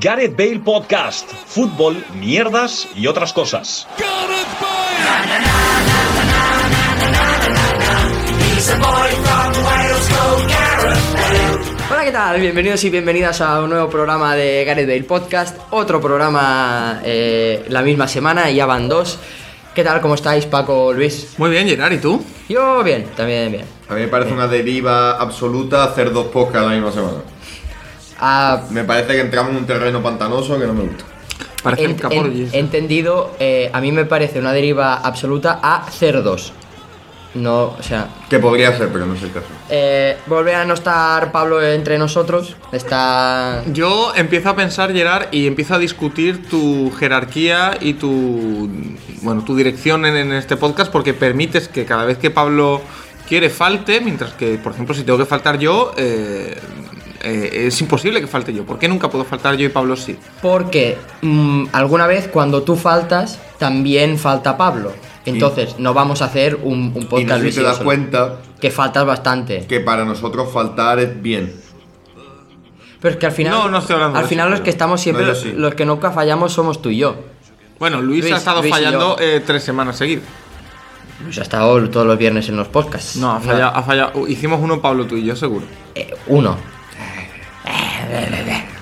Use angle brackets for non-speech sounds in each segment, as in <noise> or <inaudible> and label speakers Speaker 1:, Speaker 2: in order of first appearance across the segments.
Speaker 1: Gareth Bale Podcast, fútbol, mierdas y otras cosas.
Speaker 2: Hola, ¿qué tal? Bienvenidos y bienvenidas a un nuevo programa de Gareth Bale Podcast. Otro programa eh, la misma semana, ya van dos. ¿Qué tal? ¿Cómo estáis, Paco, Luis?
Speaker 3: Muy bien, Gerard, ¿y tú?
Speaker 2: Yo bien, también bien.
Speaker 4: A mí me parece una deriva absoluta hacer dos podcasts la misma semana.
Speaker 2: Ah,
Speaker 4: Me parece que entramos en un terreno pantanoso que no me gusta.
Speaker 3: Parece un
Speaker 2: ent- en-
Speaker 3: capollo.
Speaker 2: entendido, eh, a mí me parece una deriva absoluta a cerdos. No, o sea,
Speaker 4: Que podría ser, pero no es el caso.
Speaker 2: eh, volver a no estar Pablo entre nosotros. Está.
Speaker 3: Yo empiezo a pensar, Gerard, y empiezo a discutir tu jerarquía y tu bueno, tu dirección en, en este podcast porque permites que cada vez que Pablo quiere falte, mientras que, por ejemplo, si tengo que faltar yo, eh, eh, es imposible que falte yo. ¿Por qué nunca puedo faltar yo y Pablo sí?
Speaker 2: Porque mm, alguna vez cuando tú faltas, también falta Pablo. Entonces, no vamos a hacer un, un
Speaker 4: Y no
Speaker 2: podcast
Speaker 4: sé si te
Speaker 2: Luis y yo
Speaker 4: das
Speaker 2: solo.
Speaker 4: cuenta
Speaker 2: que faltas bastante.
Speaker 4: que para nosotros faltar es bien.
Speaker 2: Pero es que al final.
Speaker 3: No, no estoy hablando
Speaker 2: Al
Speaker 3: de
Speaker 2: final,
Speaker 3: eso,
Speaker 2: los
Speaker 3: pero-
Speaker 2: que estamos siempre,
Speaker 4: No, yo sí.
Speaker 2: los que nunca fallamos somos tú y yo.
Speaker 3: Bueno, Luis,
Speaker 2: Luis-
Speaker 3: ha estado
Speaker 2: Luis y
Speaker 3: fallando
Speaker 2: yo.
Speaker 3: eh, tres semanas seguidas.
Speaker 2: Luis ha estado todos los viernes en los podcasts.
Speaker 3: No, ha fallado, ha fallado. Hicimos uno Pablo tú y yo, seguro.
Speaker 2: Eh, uno. Eh,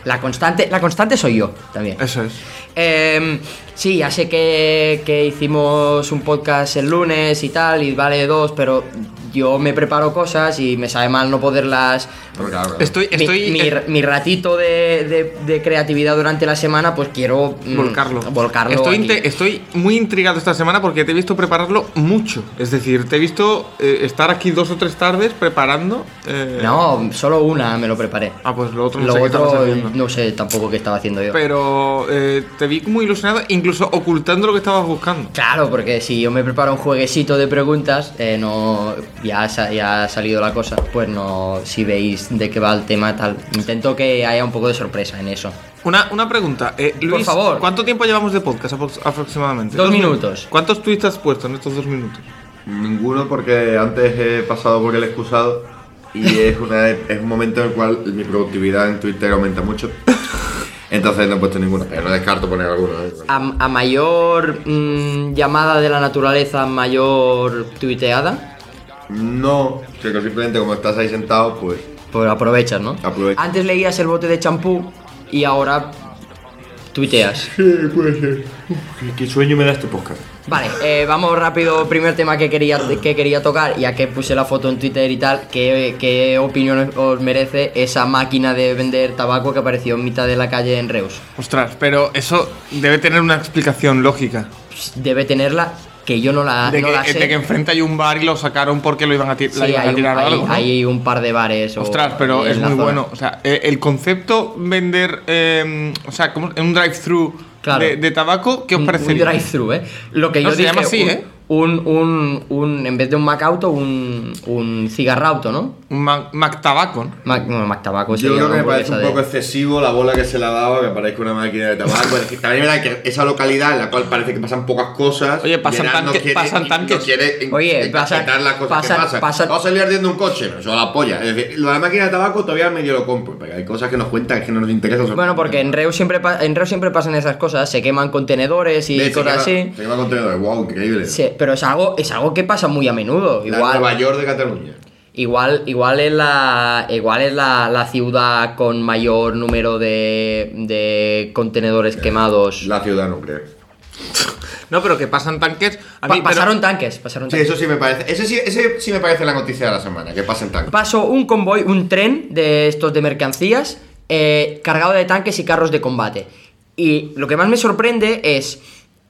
Speaker 2: La constante, la constante soy yo también.
Speaker 3: Eso es.
Speaker 2: Em, sí, ya sé que, que hicimos un podcast el lunes y tal, y vale dos, pero yo me preparo cosas y me sabe mal no poderlas.
Speaker 4: Pero claro,
Speaker 3: Estoy,
Speaker 2: Mi-
Speaker 3: estoy, eh,
Speaker 2: mi, mi ratito de, de- de creatividad durante la semana, pues quiero mm,
Speaker 3: volcarlo.
Speaker 2: volcarlo
Speaker 3: Estoy,
Speaker 2: aquí.
Speaker 3: inte- estoy muy intrigado esta semana porque te he visto prepararlo mucho. Es decir, te he visto eh, estar aquí dos o tres tardes preparando. eh,
Speaker 2: No, solo una me lo preparé.
Speaker 3: Ah, pues lo otro no
Speaker 2: Lo
Speaker 3: sé qué estabas
Speaker 2: otro
Speaker 3: haciendo.
Speaker 2: no sé tampoco qué estaba haciendo yo.
Speaker 3: Pero eh, te vi muy ilusionado, incluso ocultando lo que estabas buscando.
Speaker 2: Claro, porque si yo me preparo un jueguecito de preguntas, eh, no ya, ha sa- ya ha salido la cosa, pues no, si veis de qué va el tema tal. Intento que haya un poco de sorpresa en eso.
Speaker 3: Una, una pregunta, eh, Luis,
Speaker 2: favor.
Speaker 3: ¿cuánto tiempo llevamos de podcast apro- aproximadamente?
Speaker 2: Dos minutos.
Speaker 3: ¿Cuántos tweets has puesto en estos dos minutos?
Speaker 4: Ninguno porque antes he pasado por el excusado y es, una, es un momento en el cual mi productividad en Twitter aumenta mucho. Entonces no he puesto ninguno, pero no descarto poner alguno. ¿eh?
Speaker 2: A, a mayor mm, llamada de la naturaleza, mayor tuiteada,
Speaker 4: No, creo que simplemente como estás ahí sentado, pues
Speaker 2: pues aprovechas, ¿no?
Speaker 4: Aprovecho.
Speaker 2: Antes leías el bote de champú y ahora tuiteas.
Speaker 4: ¿Qué sueño me da este podcast?
Speaker 2: Vale, eh, vamos rápido. Primer tema que quería, que quería tocar, ya que puse la foto en Twitter y tal. ¿Qué, qué opinión os merece esa máquina de vender tabaco que apareció en mitad de la calle en Reus?
Speaker 3: Ostras, pero eso debe tener una explicación lógica.
Speaker 2: Pues debe tenerla, que yo no la,
Speaker 3: De,
Speaker 2: Ah, no
Speaker 3: que,
Speaker 2: la sé.
Speaker 3: de que enfrente hay un bar y lo sacaron porque lo iban a, ti- la
Speaker 2: Sí,
Speaker 3: iban a
Speaker 2: hay, un,
Speaker 3: tirar o
Speaker 2: hay-
Speaker 3: algo. ¿no?
Speaker 2: hay un par de bares. o-
Speaker 3: Ostras, pero
Speaker 2: en
Speaker 3: es
Speaker 2: la
Speaker 3: muy
Speaker 2: zona.
Speaker 3: bueno. O sea, eh, el concepto vender, eh, o sea, como en un drive-thru
Speaker 2: Claro.
Speaker 3: de, de tabaco, ¿qué os
Speaker 2: Un-
Speaker 3: parece?
Speaker 2: Un drive-thru, ¿eh? Lo que
Speaker 3: No,
Speaker 2: yo
Speaker 3: se
Speaker 2: dije.
Speaker 3: llama así,
Speaker 2: un,
Speaker 3: ¿eh?
Speaker 2: Un, un, un- en vez de un Macauto, un, un cigarrauto, ¿no?
Speaker 3: Un Mac, Mac Tabaco. ¿no?
Speaker 2: Mac, no, Mac Tabaco.
Speaker 4: Yo
Speaker 2: Pues sería
Speaker 4: creo que
Speaker 2: una
Speaker 4: me parece un
Speaker 2: hamburguesa
Speaker 4: poco
Speaker 2: de-
Speaker 4: excesivo la bola que se le ha dado, que parece una máquina de tabaco. Bueno, es que también es verdad que esa localidad en la cual parece que pasan pocas cosas.
Speaker 3: Oye, pasan
Speaker 4: Gerard
Speaker 3: tanque- pasan tanques.
Speaker 4: No quiere en-
Speaker 2: Oye,
Speaker 4: encajetar
Speaker 2: pasan-
Speaker 4: las cosas
Speaker 2: pasan-
Speaker 4: que pasan.
Speaker 2: pasan-
Speaker 4: Vamos a salir ardiendo un coche, eso a la polla. Es decir, lo de la máquina de tabaco todavía medio lo compro, porque hay cosas que nos cuentan que no nos interesan.
Speaker 2: Bueno, porque en Reus siempre pa- en Reus siempre pasan esas cosas, se queman contenedores y
Speaker 4: De hecho,
Speaker 2: cosas
Speaker 4: se llama-
Speaker 2: así.
Speaker 4: Se llama contenedor, wow, increíble.
Speaker 2: Sí, pero es algo es algo que pasa muy a menudo.
Speaker 4: La
Speaker 2: Igual
Speaker 4: Nueva York de Cataluña.
Speaker 2: igual igual es la igual es la, la ciudad con mayor número de, de contenedores quemados.
Speaker 4: La ciudad no creo.
Speaker 3: No, pero que pasan tanques. A
Speaker 2: Pa-
Speaker 3: mí, pero-
Speaker 2: pasaron tanques, pasaron
Speaker 4: Sí,
Speaker 2: tanques.
Speaker 4: eso sí me parece. Ese sí, ese sí me parece la noticia de la semana, que pasen tanques.
Speaker 2: Pasó un convoy, un tren de estos de mercancías eh, cargado de tanques y carros de combate. Y lo que más me sorprende es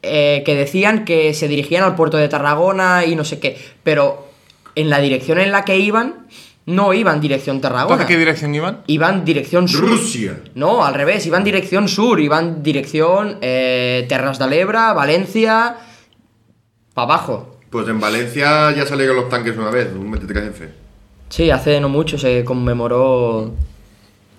Speaker 2: eh, que decían que se dirigían al puerto de Tarragona y no sé qué, pero en la dirección en la que iban, no iban dirección Tarragona.
Speaker 3: ¿Entonces qué dirección iban?
Speaker 2: Iban dirección sur.
Speaker 4: Rusia.
Speaker 2: No, al revés, iban dirección sur, iban dirección eh, Terras de Lebra, Valencia, para abajo.
Speaker 4: Pues en Valencia ya salieron los tanques una vez, un 23F.
Speaker 2: Sí, hace no mucho se conmemoró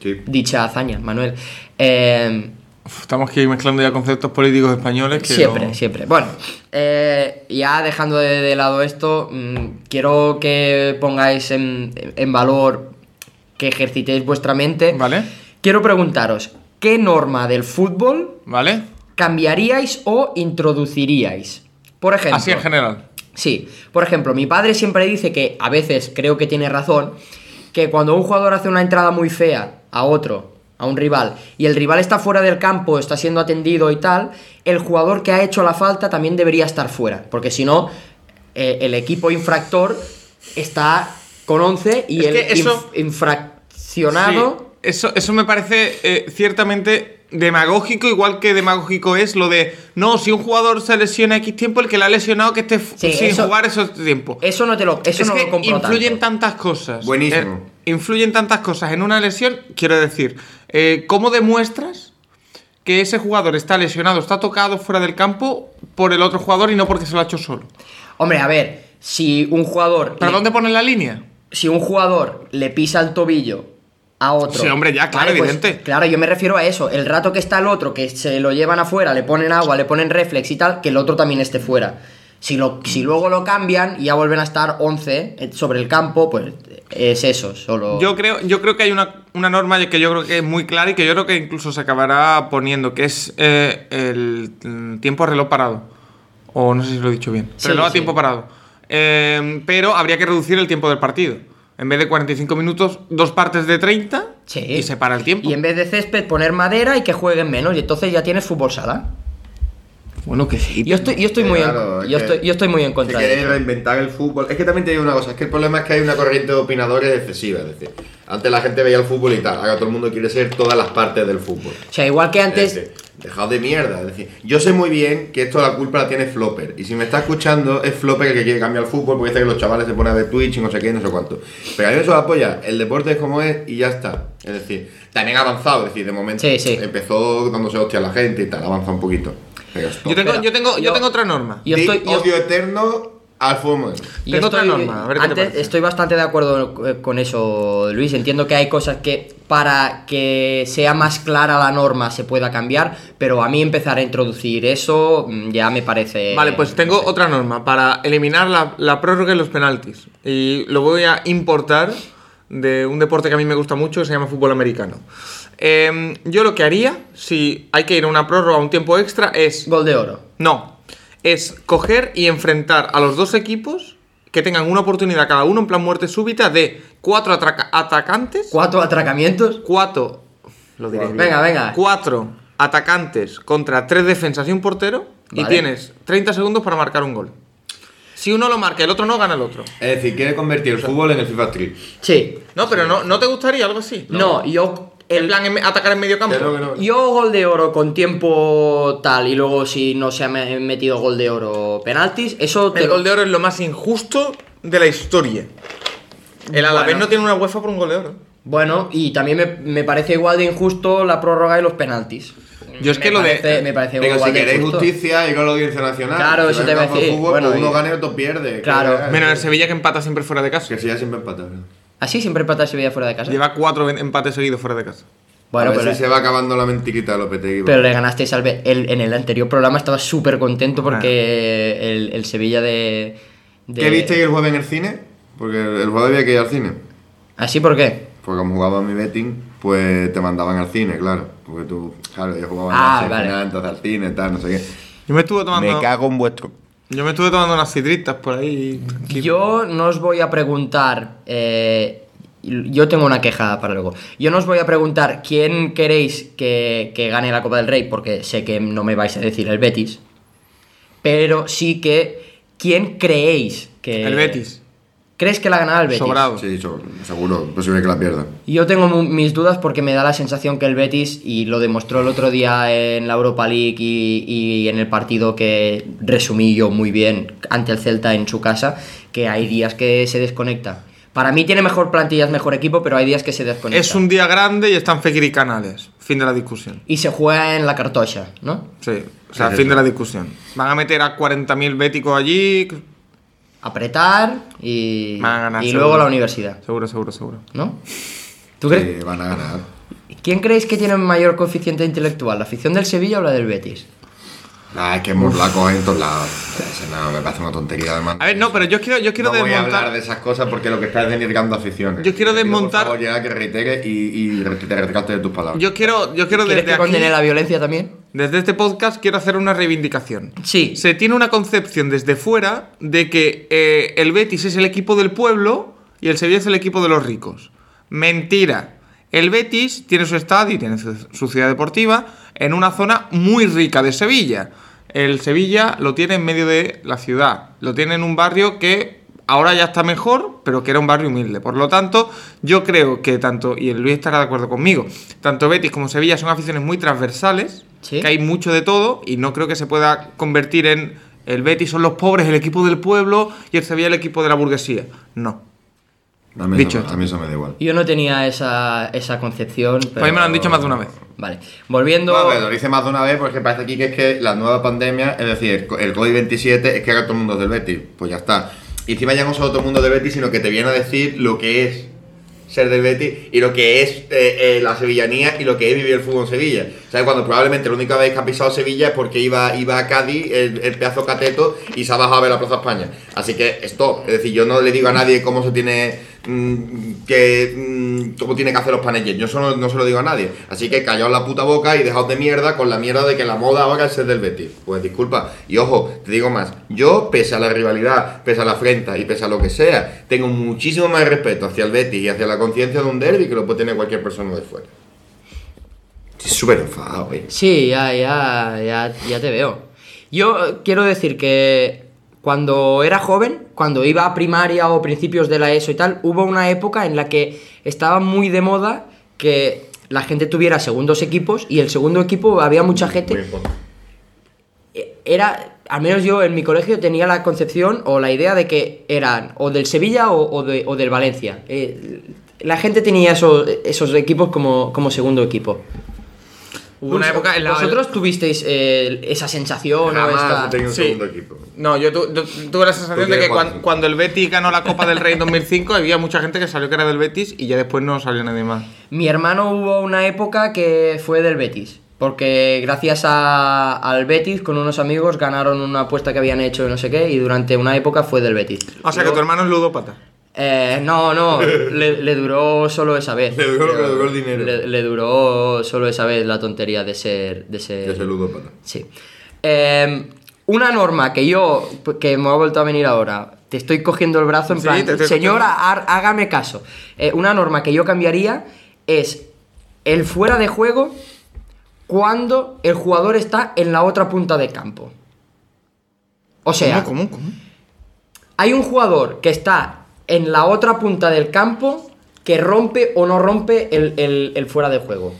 Speaker 4: Sí.
Speaker 2: dicha hazaña, Manuel. Eh,
Speaker 3: Uf, estamos aquí mezclando ya conceptos políticos españoles que.
Speaker 2: siempre,
Speaker 3: no-
Speaker 2: siempre. Bueno, eh, ya dejando de, de lado esto, mm, quiero que pongáis en, en valor, que ejercitéis vuestra mente.
Speaker 3: Vale.
Speaker 2: Quiero preguntaros, ¿Qué norma del fútbol
Speaker 3: ¿Vale?
Speaker 2: cambiaríais o introduciríais? Por ejemplo.
Speaker 3: Así en general.
Speaker 2: Sí, por ejemplo, mi padre siempre dice que a veces creo que tiene razón, que cuando un jugador hace una entrada muy fea a otro, a un rival, y el rival está fuera del campo, está siendo atendido y tal, el jugador que ha hecho la falta también debería estar fuera, porque si no, eh, el equipo infractor está con 11 y
Speaker 3: Es
Speaker 2: el
Speaker 3: que eso-
Speaker 2: inf- infraccionado...
Speaker 3: Sí, eso, eso me parece eh, ciertamente demagógico, igual que demagógico es lo de, no, si un jugador se lesiona X tiempo, el que la ha lesionado que esté fu-
Speaker 2: Sí,
Speaker 3: sin
Speaker 2: eso-
Speaker 3: jugar esos tiempo.
Speaker 2: Eso no te lo, eso
Speaker 3: es
Speaker 2: no
Speaker 3: que
Speaker 2: lo compro
Speaker 3: influyen
Speaker 2: tanto.
Speaker 3: tantas cosas.
Speaker 4: Buenísimo.
Speaker 3: Eh, influyen tantas cosas en una lesión, quiero decir, eh, ¿cómo demuestras que ese jugador está lesionado, está tocado fuera del campo por el otro jugador y no porque se lo ha hecho solo?
Speaker 2: Hombre, a ver, si un jugador...
Speaker 3: ¿Para
Speaker 2: le-
Speaker 3: dónde pones la línea?
Speaker 2: si un jugador le pisa el tobillo a otro. pues,
Speaker 3: Sí, hombre, ya, claro, evidente.
Speaker 2: claro, yo me refiero a eso. El rato que está el otro, que se lo llevan afuera, le ponen agua, le ponen reflex y tal, que el otro también esté fuera. Si, lo, si
Speaker 3: Mm.
Speaker 2: luego lo cambian y ya vuelven a estar 11 eh, sobre el campo, pues es eso, solo.
Speaker 3: Yo creo, yo creo que hay una, una norma que yo creo que es muy clara y que yo creo que incluso se acabará poniendo, que es eh, el mm, tiempo a reloj parado. O no sé si lo he dicho bien.
Speaker 2: Sí,
Speaker 3: reloj a
Speaker 2: sí.
Speaker 3: tiempo parado. Eh, pero habría que reducir el tiempo del partido. En vez de 45 minutos, dos partes de 30
Speaker 2: Sí.
Speaker 3: y se para el tiempo.
Speaker 2: Y en vez de césped, poner madera y que jueguen menos. Y entonces ya tienes fútbol sala.
Speaker 3: Bueno, que sí.
Speaker 2: Yo estoy, yo estoy
Speaker 4: Sí,
Speaker 2: muy
Speaker 4: claro,
Speaker 2: en,
Speaker 4: es
Speaker 2: yo,
Speaker 4: que-
Speaker 2: estoy, yo estoy muy en
Speaker 4: Si
Speaker 2: contra de
Speaker 4: queréis
Speaker 2: eso.
Speaker 4: reinventar el fútbol. Es que también te digo una cosa, es que el problema es que hay una corriente de opinadores excesiva. Es decir, antes la gente veía el fútbol y tal, ahora todo el mundo quiere ser todas las partes del fútbol.
Speaker 2: O sea, igual que
Speaker 4: Es
Speaker 2: antes.
Speaker 4: decir, Este, Dejad de mierda. Es decir, yo sé muy bien que esto la culpa la tiene Flopper. Y si me está escuchando, es Flopper el que quiere cambiar el fútbol porque dice que los chavales se ponen a ver Twitch y no sé qué, y no sé cuánto. Pero a mí me suele apoyar. El deporte es como es y ya está. Es decir, también ha avanzado. Es decir, de momento
Speaker 2: Sí, sí.
Speaker 4: empezó dándose hostia a la gente y tal, avanza un poquito. Pero stop.
Speaker 3: Yo tengo, yo tengo, yo
Speaker 2: Yo-
Speaker 3: tengo otra norma.
Speaker 2: yo
Speaker 4: Di
Speaker 2: estoy- yo-
Speaker 4: odio eterno al fútbol.
Speaker 2: Yo
Speaker 3: Tengo otra norma, a ver qué te
Speaker 2: antes-
Speaker 3: parece.
Speaker 2: Estoy bastante de acuerdo eh, con eso, Luis. Entiendo que hay cosas que para que sea más clara la norma se pueda cambiar, pero a mí empezar a introducir eso mm, ya me parece.
Speaker 3: Vale, pues tengo otra norma para eliminar la, la prórroga y los penaltis. Y lo voy a importar de un deporte que a mí me gusta mucho que se llama fútbol americano. Em, yo lo que haría, si hay que ir a una prórroga a un tiempo extra, es.
Speaker 2: Gol de oro.
Speaker 3: No. Es coger y enfrentar a los dos equipos que tengan una oportunidad cada uno en plan muerte súbita de cuatro atraca- atacantes.
Speaker 2: ¿Cuatro atracamientos?
Speaker 3: Cuatro. Lo diré.
Speaker 2: Venga, venga.
Speaker 3: Cuatro atacantes contra tres defensas y un portero. Y
Speaker 2: Vale.
Speaker 3: tienes 30 segundos para marcar un gol. Si uno lo marca, el otro no gana el otro.
Speaker 4: Es decir, quiere convertir el fútbol en el FIFA Street.
Speaker 2: Sí.
Speaker 3: No, pero no, ¿no te gustaría algo así.
Speaker 2: No, yo.
Speaker 3: El
Speaker 2: El,
Speaker 3: plan es atacar en medio campo.
Speaker 4: Que no, que no.
Speaker 2: yo gol de oro con tiempo tal y luego si no se ha me- metido gol de oro penaltis, eso te
Speaker 3: El
Speaker 2: lo-
Speaker 3: gol de oro es lo más injusto de la historia. El Alavés
Speaker 2: Bueno.
Speaker 3: no tiene una UEFA por un gol de oro.
Speaker 2: Bueno, y también me, me parece igual de injusto la prórroga y los penaltis.
Speaker 3: Yo es
Speaker 2: Me
Speaker 3: que lo de-
Speaker 2: parece- Me parece
Speaker 4: Pero
Speaker 2: igual
Speaker 4: si
Speaker 2: de
Speaker 4: queréis
Speaker 2: injusto.
Speaker 4: justicia, y con la audiencia nacional.
Speaker 2: Claro,
Speaker 4: Si
Speaker 2: eso
Speaker 4: vais
Speaker 2: te iba a
Speaker 4: campo al
Speaker 2: decir.
Speaker 4: Fútbol,
Speaker 2: Bueno,
Speaker 4: pues uno
Speaker 2: y-
Speaker 4: gana y otro pierde.
Speaker 2: Claro.
Speaker 4: Que-
Speaker 3: Menos el Sevilla que empata siempre fuera de casa.
Speaker 4: Que si ya siempre empata. ¿verdad?
Speaker 2: Así siempre empata Sevilla fuera de casa.
Speaker 3: Lleva cuatro ven- empates seguidos fuera de casa.
Speaker 2: Bueno,
Speaker 4: a ver
Speaker 2: pero,
Speaker 4: si se va acabando la mentirita de Lopetegui.
Speaker 2: pero le ganasteis al Be- el- En el anterior programa estaba súper contento porque el, el Sevilla de, de-
Speaker 4: ¿Qué visteis el jueves en el cine? Porque el el jueves había que ir al cine.
Speaker 2: ¿Así por qué?
Speaker 4: Porque como jugaba mi betting, pues te mandaban al cine, claro. Porque tú, claro, yo jugaba en
Speaker 2: Ah,
Speaker 4: la semifinal,
Speaker 2: vale.
Speaker 4: entonces al cine, tal, no sé qué.
Speaker 3: Yo me estuve tomando.
Speaker 4: en vuestro.
Speaker 3: Yo me estuve tomando unas sidritas por ahí.
Speaker 2: Yo no os voy a preguntar. eh, yo tengo una queja para luego. Yo no os voy a preguntar quién queréis que, que gane la Copa del Rey, porque sé que no me vais a decir el Betis. Pero sí que. ¿Quién creéis que.
Speaker 3: El Betis.
Speaker 2: ¿Crees que la ganará el Betis?
Speaker 3: Sobrado.
Speaker 4: Sí, yo- seguro, posible que la pierda.
Speaker 2: Yo tengo mu- mis dudas porque me da la sensación que el Betis, y lo demostró el otro día en la Europa League y, y en el partido que resumí yo muy bien ante el Celta en su casa, que hay días que se desconecta. Para mí tiene mejor plantilla, es mejor equipo, pero hay días que se desconecta.
Speaker 3: Es un día grande y están Fekir y Canales. Fin de la discusión.
Speaker 2: Y se juega en la cartocha, ¿no?
Speaker 3: Sí, o sea,
Speaker 4: Es
Speaker 3: fin
Speaker 4: eso.
Speaker 3: de la discusión. Van a meter a 40.000 béticos allí.
Speaker 2: Apretar y,
Speaker 3: Van a ganar,
Speaker 2: y
Speaker 3: seguro.
Speaker 2: luego la universidad,
Speaker 3: Seguro, seguro, seguro.
Speaker 2: ¿no? ¿Tú crees?
Speaker 4: Sí, van a ganar.
Speaker 2: ¿Quién creéis que tiene mayor coeficiente intelectual, la afición del Sevilla o la del Betis?
Speaker 4: Nah, es que morlacos en todos lados. Eso no, me parece una tontería además.
Speaker 3: A ver, no, pero yo quiero, yo quiero
Speaker 4: no voy a
Speaker 3: desmontar.
Speaker 4: hablar de esas cosas porque lo que está es denigrando aficiones.
Speaker 3: Yo quiero
Speaker 4: Te pido, por
Speaker 3: desmontar-
Speaker 4: favor, llega que reitere y, y re- te retractes de tus palabras.
Speaker 3: Yo quiero, yo quiero
Speaker 2: ¿Quieres
Speaker 3: desde
Speaker 2: que
Speaker 3: aquí,
Speaker 2: condene la violencia también?
Speaker 3: desde este podcast, quiero hacer una reivindicación.
Speaker 2: Sí.
Speaker 3: Se tiene una concepción desde fuera de que eh, el Betis es el equipo del pueblo y el Sevilla es el equipo de los ricos. Mentira. El Betis tiene su estadio y tiene su, su ciudad deportiva en una zona muy rica de Sevilla. El Sevilla lo tiene en medio de la ciudad. Lo tiene en un barrio que ahora ya está mejor, pero que era un barrio humilde. Por lo tanto, yo creo que tanto, y el Luis estará de acuerdo conmigo, tanto Betis como Sevilla son aficiones muy transversales,
Speaker 2: Sí.
Speaker 3: que hay mucho de todo, y no creo que se pueda convertir en el Betis son los pobres, el equipo del pueblo, y el Sevilla el equipo de la burguesía. No.
Speaker 4: a, mí
Speaker 3: dicho
Speaker 4: eso,
Speaker 3: esto.
Speaker 4: a mí eso me da igual.
Speaker 2: Yo no tenía esa, esa concepción.
Speaker 3: Pues a mí me lo han
Speaker 2: pero-
Speaker 3: dicho más de una vez.
Speaker 2: Vale. Volviendo.
Speaker 4: No, pero lo hice más de una vez porque parece aquí que es que la nueva pandemia, es decir, el co- el COVID-27 es que ahora todo el mundo es del Betis, pues ya está. Y encima ya no solo todo el mundo es del Betis, sino que te viene a decir lo que es ser del Betis y lo que es eh, eh, la sevillanía y lo que es vivir el fútbol en Sevilla. O sea, cuando probablemente la única vez que ha pisado Sevilla es porque iba, iba a Cádiz, el, el pedazo cateto, y se ha bajado a ver la Plaza España. Así que esto, es decir, yo no le digo a nadie cómo se tiene mm, que mm, cómo tiene que hacer los panellos. Yo solo, no se lo digo a nadie. Así que callaos la puta boca y dejaos de mierda con la mierda de que la moda ahora es ser del Betis. Pues disculpa. Y ojo, te digo más. Yo, pese a la rivalidad, pese a la afrenta y pese a lo que sea, tengo muchísimo más respeto hacia el Betis y hacia la conciencia de un derby que lo puede tener cualquier persona de fuera. Estoy súper enfadado, eh. güey.
Speaker 2: Sí, ya, ya, ya, ya te veo. Yo eh, quiero decir que cuando era joven, cuando iba a primaria o principios de la ESO y tal, hubo una época en la que estaba muy de moda que la gente tuviera segundos equipos y el segundo equipo había mucha gente
Speaker 4: Muy enfadado.
Speaker 2: eh, era, al menos yo en mi colegio tenía la concepción o la idea de que eran o del Sevilla o, o de- o del Valencia. Eh, la gente tenía esos, esos equipos como, como segundo equipo.
Speaker 3: Hubo una época en la-
Speaker 2: ¿Vosotros tuvisteis eh, esa sensación o
Speaker 4: Jamás
Speaker 2: esta-
Speaker 4: he tenido un
Speaker 3: Sí.
Speaker 4: segundo equipo.
Speaker 3: No, yo, tu- yo tuve la sensación de
Speaker 4: tienes
Speaker 3: que cuan-
Speaker 4: cuatro.
Speaker 3: cuando, el Betis ganó la Copa del Rey en 2005 había mucha gente que salió que era del Betis y ya después no salió nadie más.
Speaker 2: Mi hermano hubo una época que fue del Betis. Porque gracias a- al Betis, con unos amigos, ganaron una apuesta que habían hecho de no sé qué, y durante una época fue del Betis.
Speaker 3: O sea que tu hermano es ludópata.
Speaker 2: Eh, no, no,
Speaker 4: <laughs>
Speaker 2: le, le duró solo esa vez.
Speaker 4: Le duró lo que le duró el dinero.
Speaker 2: Le, le duró solo esa vez la tontería de ser. De
Speaker 4: Yo
Speaker 2: ser
Speaker 4: soy ludópata.
Speaker 2: sí. Eh, una norma que yo. que me ha vuelto a venir ahora. Te estoy cogiendo el brazo en
Speaker 3: Sí, te
Speaker 2: plan.
Speaker 3: estoy
Speaker 2: Señora, har- hágame caso. Eh, una norma que yo cambiaría es el fuera de juego cuando el jugador está en la otra punta de campo. O sea,
Speaker 3: ¿Cómo, cómo, cómo?
Speaker 2: hay un jugador que está en la otra punta del campo que rompe o no rompe el, el- el fuera de juego.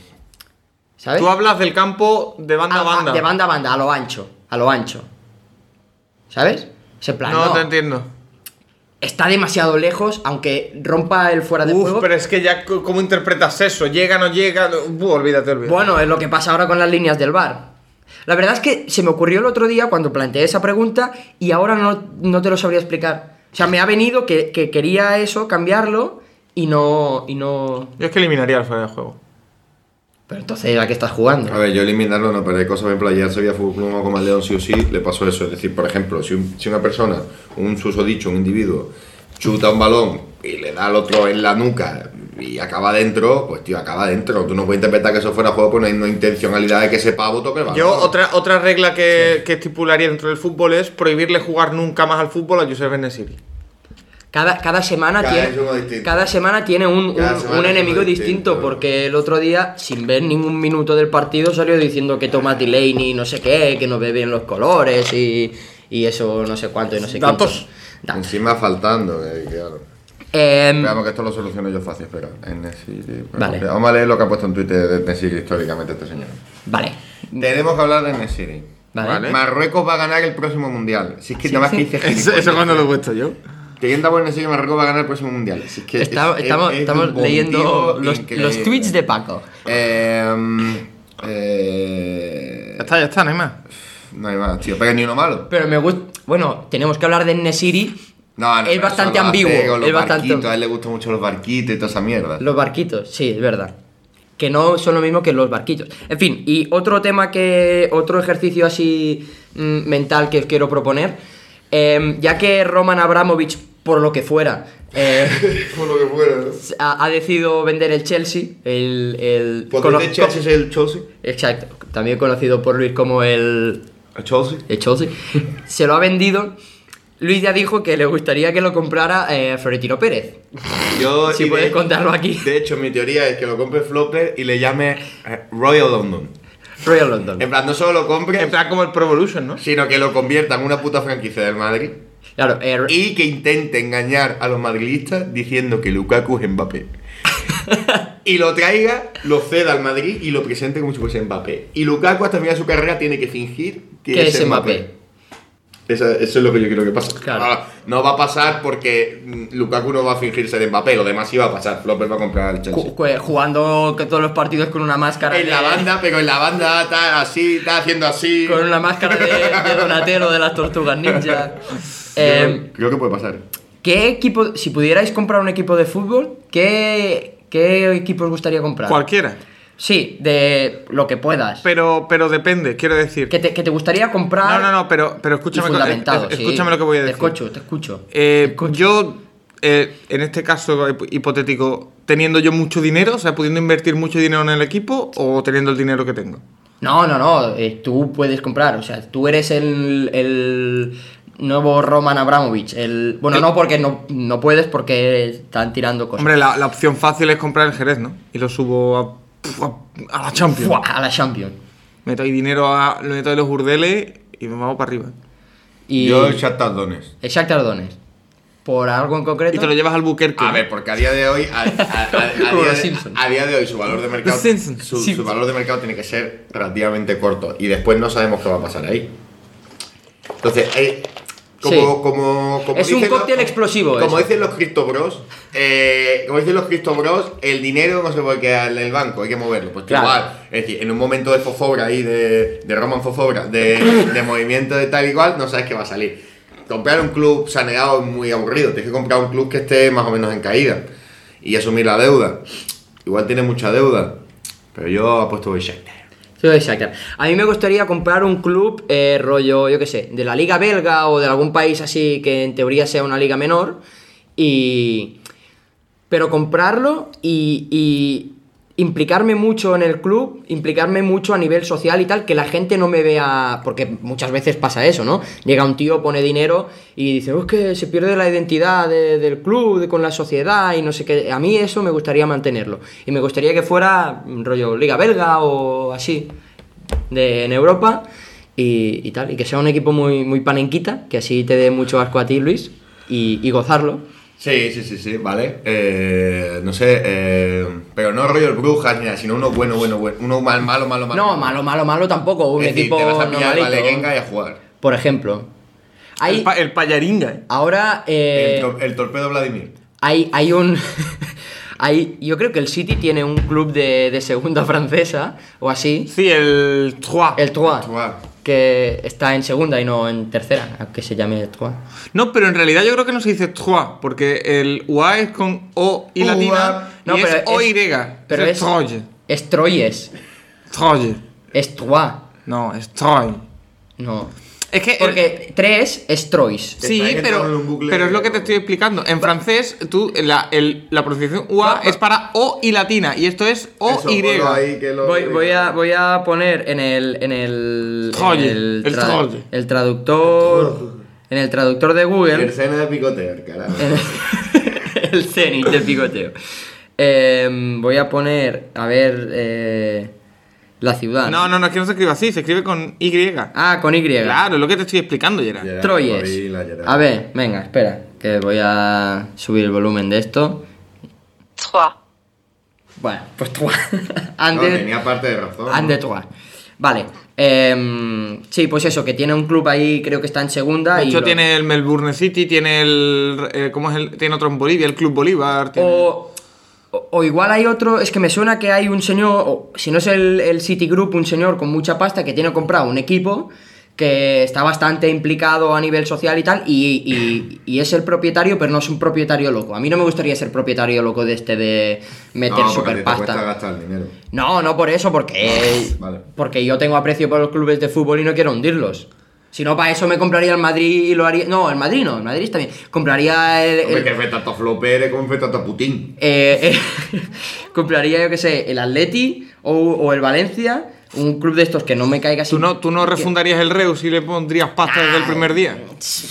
Speaker 2: ¿Sabes?
Speaker 3: Tú hablas del campo Ah, de banda a
Speaker 2: A- a-
Speaker 3: banda.
Speaker 2: De banda a banda, a lo ancho. A lo ancho. ¿Sabes? Es en plan,
Speaker 3: no,
Speaker 2: no,
Speaker 3: te entiendo.
Speaker 2: está demasiado lejos, aunque rompa el fuera de
Speaker 3: Uf,
Speaker 2: juego.
Speaker 3: pero es que ya, co- ¿cómo interpretas eso? ¿Llega, no llega? No- Buh, olvídate, olvídate.
Speaker 2: Bueno, es lo que pasa ahora con las líneas del bar. La verdad es que se me ocurrió el otro día cuando planteé esa pregunta y ahora no, no te lo sabría explicar. O sea, me ha venido que, que quería eso, cambiarlo y no, y no.
Speaker 3: Yo es que eliminaría el fuera de juego.
Speaker 2: Pero entonces, ¿a qué estás jugando?
Speaker 4: A ver, yo eliminarlo no, pero hay cosas, por ejemplo, ayer Sevilla Fútbol Club no como al León sí o sí, le pasó eso. Es decir, por ejemplo, si, un- si una persona, un susodicho, un individuo, chuta un balón y le da al otro en la nuca y acaba dentro, pues tío, acaba dentro. Tú no puedes interpretar que eso fuera juego, pues no hay, no hay intencionalidad de que ese pavo toque el balón.
Speaker 3: Yo otra, otra regla que, que estipularía dentro del fútbol es prohibirle jugar nunca más al fútbol a Josep Nesiri.
Speaker 2: Cada, cada semana
Speaker 4: Cada
Speaker 2: tiene.
Speaker 4: es uno distinto.
Speaker 2: Cada semana tiene un, un-
Speaker 4: Cada semana
Speaker 2: un
Speaker 4: es uno
Speaker 2: enemigo distinto,
Speaker 4: distinto.
Speaker 2: Porque el otro día, sin ver ningún minuto del partido, salió diciendo que toma Delaney no sé qué, que no ve bien los colores y. y eso no sé cuánto y no sé qué.
Speaker 3: Datos.
Speaker 4: Encima faltando, eh, claro.
Speaker 2: Em,
Speaker 4: Veamos que esto lo soluciono yo fácil, espera. En Nesiri, pero-
Speaker 2: Vale.
Speaker 4: Vamos a leer lo que ha puesto en Twitter de Nesiri históricamente este señor.
Speaker 2: vale.
Speaker 4: Tenemos que hablar de Nesiri.
Speaker 2: Vale. Vale.
Speaker 4: Marruecos va a ganar el próximo mundial. Si es que nada más que dice gilipollas.
Speaker 3: cuando Ah, lo he puesto yo.
Speaker 4: Teniendo a Buenos Aires, Marruecos va a ganar el próximo mundial. Así que es-
Speaker 2: Está-
Speaker 4: es-
Speaker 2: estamos
Speaker 4: es
Speaker 2: estamos
Speaker 4: un
Speaker 2: leyendo
Speaker 4: bombío
Speaker 2: los,
Speaker 4: increíble.
Speaker 2: los tweets de Paco.
Speaker 4: Eh, eh,
Speaker 3: Ya está, ya está, no hay más.
Speaker 4: no hay más, tío. Pero ni uno malo.
Speaker 2: Pero me gusta. Bueno, tenemos que hablar de Nesiri.
Speaker 4: No, no,
Speaker 2: es
Speaker 4: pero
Speaker 2: bastante
Speaker 4: eso lo hace
Speaker 2: ambiguo.
Speaker 4: con los
Speaker 2: Es bastante.
Speaker 4: barquitos, A él le gustan mucho los barquitos y toda esa mierda.
Speaker 2: Los barquitos, sí, es verdad. que no son lo mismo que los barquitos. En fin, y otro tema que. otro ejercicio así mm, mental que os quiero proponer. eh, ya que Roman Abramovich, por lo que fuera, eh, <laughs>
Speaker 4: Por lo que fuera, ¿no? Pues
Speaker 2: ha, ha decidido vender el Chelsea, el. el cono-
Speaker 4: Potente Pues Chelsea es el Chelsea.
Speaker 2: Exacto, también conocido por Luis como el.
Speaker 4: El Chelsea.
Speaker 2: el
Speaker 4: <laughs>
Speaker 2: Chelsea, se lo ha vendido. Luis ya dijo que le gustaría que lo comprara eh, Florentino Pérez.
Speaker 4: Yo,
Speaker 2: Si
Speaker 4: y de
Speaker 2: puedes
Speaker 4: hecho-
Speaker 2: contarlo aquí.
Speaker 4: De hecho, mi teoría es que lo compre Flopper y le llame eh, Royal London.
Speaker 2: Royal London.
Speaker 4: En plan, no solo lo compre,
Speaker 3: En plan como el Pro Evolution, ¿no?
Speaker 4: sino que lo convierta en una puta franquicia del Madrid.
Speaker 2: Claro, eh, Ro-
Speaker 4: Y que intente engañar a los madridistas diciendo que Lukaku
Speaker 2: <laughs>
Speaker 4: es Mbappé. y lo traiga, lo ceda al Madrid y lo presente como si fuese Mbappé. Y Lukaku hasta el final de su carrera tiene que fingir que,
Speaker 2: que es Mbappé.
Speaker 4: Esa- Eso, es lo que yo creo que pasa.
Speaker 2: Claro.
Speaker 4: Ahora, no va a pasar porque mm, Lukaku no va a fingir ser Mbappé, lo demás sí va a pasar. Flopper va a comprar el Chelsea.
Speaker 2: Ju- jue- Jugando que todos los partidos con una máscara.
Speaker 4: En la
Speaker 2: de-
Speaker 4: banda, pero en la banda está así, está haciendo así.
Speaker 2: Con una máscara de, de Donatello de las tortugas
Speaker 4: <laughs>
Speaker 2: ninja. Eh,
Speaker 4: creo que puede pasar.
Speaker 2: ¿Qué equipo, si pudierais comprar un equipo de fútbol, qué, qué equipo os gustaría comprar?
Speaker 3: Cualquiera.
Speaker 2: Sí, de lo que puedas.
Speaker 3: Pero, pero depende, quiero decir.
Speaker 2: que, te, que te gustaría comprar.
Speaker 3: No, no, no, pero, pero
Speaker 2: y
Speaker 3: escúchame,
Speaker 2: fundamentado,
Speaker 3: eh,
Speaker 2: sí.
Speaker 3: escúchame lo que voy a
Speaker 2: Te
Speaker 3: decir.
Speaker 2: escucho, te escucho.
Speaker 3: Eh,
Speaker 2: Te escucho.
Speaker 3: yo, eh, en este caso hip- hipotético, teniendo yo mucho dinero, o sea, pudiendo invertir mucho dinero en el equipo o teniendo el dinero que tengo.
Speaker 2: No, no, no, eh, tú puedes comprar, o sea, tú eres el, el nuevo Roman Abramovich. El, bueno,
Speaker 3: Eh.
Speaker 2: no porque no, no puedes porque están tirando cosas.
Speaker 3: Hombre, la, la opción fácil es comprar el Jerez, ¿no? Y lo subo a, pf, a- a la Champions.
Speaker 2: Fua, a la Champions.
Speaker 3: Meto ahí dinero, a, lo meto en los burdeles y me vamos para arriba.
Speaker 2: Y
Speaker 4: Yo el Shakhtar Donetsk.
Speaker 2: Exact Ardones. ¿Por algo en concreto?
Speaker 3: Y te lo llevas al Buquerque.
Speaker 4: A ver, pues, porque a día de hoy, a, a- a- a
Speaker 2: <laughs> Como los
Speaker 4: día, de,
Speaker 2: Simpson.
Speaker 4: a día de hoy su valor de mercado,
Speaker 3: Los Simpson.
Speaker 4: su, su
Speaker 3: Simpson.
Speaker 4: valor de mercado tiene que ser relativamente corto y después no sabemos qué va a pasar ahí. Entonces, eh, como,
Speaker 2: Sí.
Speaker 4: como, como
Speaker 2: Es un
Speaker 4: dicen
Speaker 2: cóctel explosivo
Speaker 4: Como
Speaker 2: eso.
Speaker 4: dicen los Cristo Bros, eh, como dicen los Cristo Bros, el dinero no se puede quedar en el banco, hay que moverlo. Pues
Speaker 2: Claro.
Speaker 4: igual, es decir, en un momento de fofobra ahí, de, de Roman fofobra, de, de movimiento de tal y cual, no sabes qué va a salir. Comprar un club saneado es muy aburrido, tienes que comprar un club que esté más o menos en caída y asumir la deuda. Igual tiene mucha deuda, pero yo apuesto por el Shakhtar.
Speaker 2: Sí, de Shakhtar. A mí me gustaría comprar un club eh, rollo, yo qué sé, de la liga belga o de algún país así que en teoría sea una liga menor. Y... Pero comprarlo y, y implicarme mucho en el club, implicarme mucho a nivel social y tal, que la gente no me vea, porque muchas veces pasa eso, ¿no? Llega un tío, pone dinero y dice, "Oh, es que se pierde la identidad de- del club, de- con la sociedad y no sé qué. A mí eso me gustaría mantenerlo. Y me gustaría que fuera mm, rollo Liga Belga o así, de, en Europa y, y tal. Y que sea un equipo muy, muy panenquita, que así te dé mucho asco a ti, Luis, y, y gozarlo.
Speaker 4: Sí, sí, sí, sí, vale. Eh, no sé, eh, pero no rollo el Brujas ni nada, sino uno bueno, bueno, bueno. Uno mal, malo, malo, malo.
Speaker 2: No, malo, malo, malo tampoco. Un
Speaker 4: Es decir,
Speaker 2: equipo
Speaker 4: te vas a pillar al
Speaker 2: normalito.
Speaker 4: Valerenga y a jugar.
Speaker 2: Por ejemplo.
Speaker 3: El,
Speaker 2: Hay,
Speaker 3: pa- el payaringa, ¿eh?
Speaker 2: ahora
Speaker 4: El,
Speaker 2: eh,
Speaker 4: tor- el torpedo Vladimir.
Speaker 2: hay, hay un. <laughs> hay, yo creo que el City tiene un club de, de segunda francesa o así.
Speaker 3: Sí, el Trois.
Speaker 2: El Troyes.
Speaker 4: Troyes.
Speaker 2: Que está en segunda y no en tercera, aunque se llame Troyes.
Speaker 3: No, pero en realidad yo creo que no se dice Trois, porque el UA es con O y
Speaker 4: Ua.
Speaker 3: latina
Speaker 2: No,
Speaker 3: y es
Speaker 2: pero
Speaker 3: OY.
Speaker 2: Pero es.
Speaker 3: Troye.
Speaker 2: Es Troyes.
Speaker 3: Troye.
Speaker 2: Es Troyes.
Speaker 3: No, es Troy.
Speaker 2: No.
Speaker 3: Es
Speaker 4: Eh,
Speaker 3: que. el-
Speaker 2: Porque tres es Troyes.
Speaker 4: Te
Speaker 3: sí,
Speaker 4: traen
Speaker 3: pero,
Speaker 4: todo en un bucle.
Speaker 3: pero es lo que te estoy explicando. En francés, tú, la, el- la pronunciación UA es para O y latina, y esto es O
Speaker 4: Eso,
Speaker 3: y.
Speaker 4: ponlo ahí que lo-
Speaker 2: Voy, voy a, voy a poner en el. En el.
Speaker 3: Troll,
Speaker 2: en el,
Speaker 3: el troll.
Speaker 2: el traductor. En el traductor de Google.
Speaker 4: Escena de picotear, carajo.
Speaker 2: en el- <laughs> el cenit de picoteo. Em, voy a poner. A ver. eh, la ciudad.
Speaker 3: No, no, no, es que no se escribe así, se escribe con Y.
Speaker 2: Ah, con Y.
Speaker 3: Claro, es lo que te estoy explicando, Gerard.
Speaker 4: Ya.
Speaker 2: Troyes.
Speaker 4: Gorila, Gerard.
Speaker 2: A ver, venga, espera. Que voy a subir el volumen de esto.
Speaker 5: 3,
Speaker 2: Bueno, pues tú.
Speaker 4: No,
Speaker 2: <laughs> Antes.
Speaker 4: tenía parte de razón.
Speaker 2: And the Troyes. Vale. em, sí, pues eso, que tiene un club ahí, creo que está en segunda.
Speaker 3: De
Speaker 2: y
Speaker 3: hecho,
Speaker 2: lo-
Speaker 3: tiene el Melbourne City, tiene el. eh, ¿Cómo es el? Tiene otro en Bolivia, el Club Bolívar. tiene-
Speaker 2: O, o- o igual hay otro, es que me suena que hay un señor, o si no es el, el Citigroup, un señor con mucha pasta que tiene comprado un equipo que está bastante implicado a nivel social y tal, y, y- y es el propietario, pero no es un propietario loco. A mí no me gustaría ser propietario loco de este de meter Eh,
Speaker 4: no, porque a ti
Speaker 2: super
Speaker 4: te
Speaker 2: pasta.
Speaker 4: cuesta gastar dinero.
Speaker 2: No, no por eso, porque,
Speaker 4: Ah, Vale.
Speaker 2: porque yo tengo aprecio por los clubes de fútbol y no quiero hundirlos. Si no, para eso me compraría el Madrid y lo haría. No, el Madrid no, el Madrid está bien. Compraría el.
Speaker 4: Hombre,
Speaker 2: el-
Speaker 4: que feta a Flo Pérez como feta a Putin.
Speaker 2: eh, eh, <laughs> compraría, yo qué sé, el Atleti o, o el Valencia, un club de estos que no me caiga
Speaker 3: ¿Tú
Speaker 2: sin-
Speaker 3: no, ¿Tú no refundarías el Reus y le pondrías pasta desde el primer día?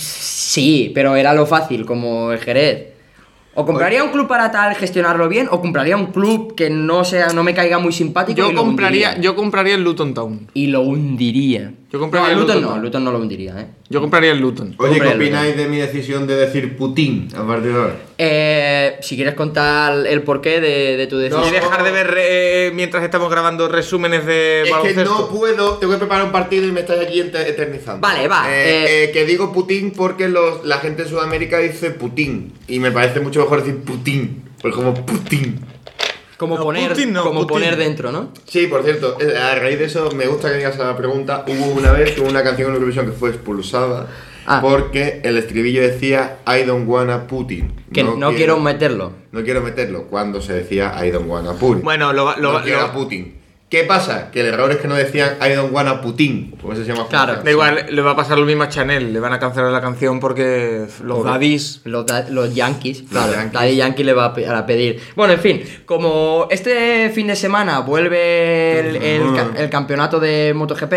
Speaker 2: Sí, pero era lo fácil, como el Jerez. O compraría un club para tal gestionarlo bien, o compraría un club que no sea, no me caiga muy simpático. y
Speaker 3: Yo
Speaker 2: lo
Speaker 3: compraría,
Speaker 2: hundiría.
Speaker 3: yo compraría el Luton Town.
Speaker 2: Y lo hundiría.
Speaker 3: Yo compraría
Speaker 2: no,
Speaker 3: el
Speaker 2: el Luton
Speaker 3: Luton.
Speaker 2: no, el Luton no lo hundiría, eh.
Speaker 3: Yo compraría el Luton.
Speaker 4: Oye, ¿qué
Speaker 2: Hombre,
Speaker 4: opináis de mi decisión de decir Putin a partir de ahora?
Speaker 2: Eh, si quieres contar el porqué de, de tu
Speaker 3: Y
Speaker 2: decisión.
Speaker 3: dejar de ver eh, mientras estamos grabando resúmenes de
Speaker 4: Es que
Speaker 3: baloncesto.
Speaker 4: no puedo, tengo que preparar un partido y me estáis aquí ente- eternizando.
Speaker 2: Vale, va,
Speaker 4: Eh,
Speaker 2: eh.
Speaker 4: eh, que digo Putin porque los, la gente en Sudamérica dice Putin. Y me parece mucho mejor decir Putin. Pues como Putin.
Speaker 2: Como,
Speaker 3: No,
Speaker 2: poner,
Speaker 3: Putin no,
Speaker 2: como
Speaker 3: Putin.
Speaker 2: poner dentro, ¿no?
Speaker 4: Sí, por cierto, eh, a raíz de eso me gusta que digas la pregunta. Hubo una vez hubo una canción en Eurovisión que fue expulsada
Speaker 2: Ah.
Speaker 4: porque el estribillo decía I don't wanna Putin.
Speaker 2: Que no, quiero meterlo.
Speaker 4: No quiero meterlo cuando se decía I don't wanna Putin.
Speaker 3: Bueno, lo, va- lo,
Speaker 4: no
Speaker 3: va-
Speaker 4: quiero
Speaker 3: lo-
Speaker 4: a Putin. ¿Qué pasa? Que el error es que no decían I don't wanna Putin. Como se llama.
Speaker 2: Claro.
Speaker 3: da igual, le va a pasar lo mismo a Chanel. Le van a cancelar la canción porque los
Speaker 4: Pobre.
Speaker 3: daddies
Speaker 2: Los, da- los Yankees, claro,
Speaker 4: Yankees.
Speaker 2: Daddy Yankee le va a, pe- a pedir. Bueno, en fin, como este fin de semana vuelve el, el ca- el campeonato de MotoGP,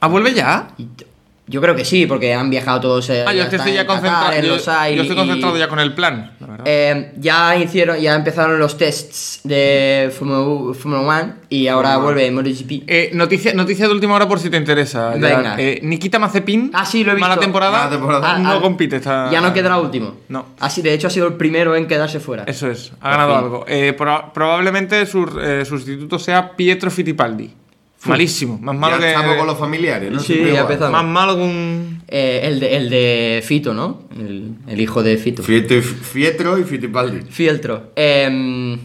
Speaker 3: ¿Ah, vuelve ya?
Speaker 2: y t- yo creo que sí, porque han viajado todos. eh,
Speaker 3: Ah, yo
Speaker 2: ya
Speaker 3: es que
Speaker 2: están
Speaker 3: estoy ya
Speaker 2: en Qatar,
Speaker 3: concentrado.
Speaker 2: en
Speaker 3: Yo,
Speaker 2: Los Ailes
Speaker 3: yo estoy
Speaker 2: y-
Speaker 3: concentrado ya con el plan, la verdad.
Speaker 2: Eh, ya hicieron, ya empezaron los tests de Fórmula Fórmula 1 y ahora vuelve MotoGP.
Speaker 3: Eh, noticia, noticia de última hora por si te interesa. ya.
Speaker 2: Venga.
Speaker 3: Eh, Nikita Mazepin.
Speaker 2: Ah, sí, lo he visto.
Speaker 3: Mala temporada.
Speaker 4: Mala temporada.
Speaker 2: Ah,
Speaker 3: No
Speaker 2: ah,
Speaker 3: compite. Está...
Speaker 2: Ya no quedará último.
Speaker 3: No.
Speaker 2: Así, de hecho, ha sido el primero en quedarse fuera.
Speaker 3: Eso es. Ha ganado
Speaker 2: fin.
Speaker 3: algo. Eh, proba- probablemente su eh, sustituto sea Pietro Fittipaldi.
Speaker 2: Hmm.
Speaker 3: Malísimo. Más malo
Speaker 4: Ya estamos
Speaker 3: que.
Speaker 4: con los familiares, ¿no?
Speaker 2: Sí,
Speaker 4: Siempre
Speaker 2: ya
Speaker 4: igual.
Speaker 2: empezamos.
Speaker 3: Más malo que un.
Speaker 2: Eh, el, de, el de Fito, ¿no? El, el hijo de Fito.
Speaker 4: Fietro y, Fietro y Fittipaldi.
Speaker 2: Fieltro. Em,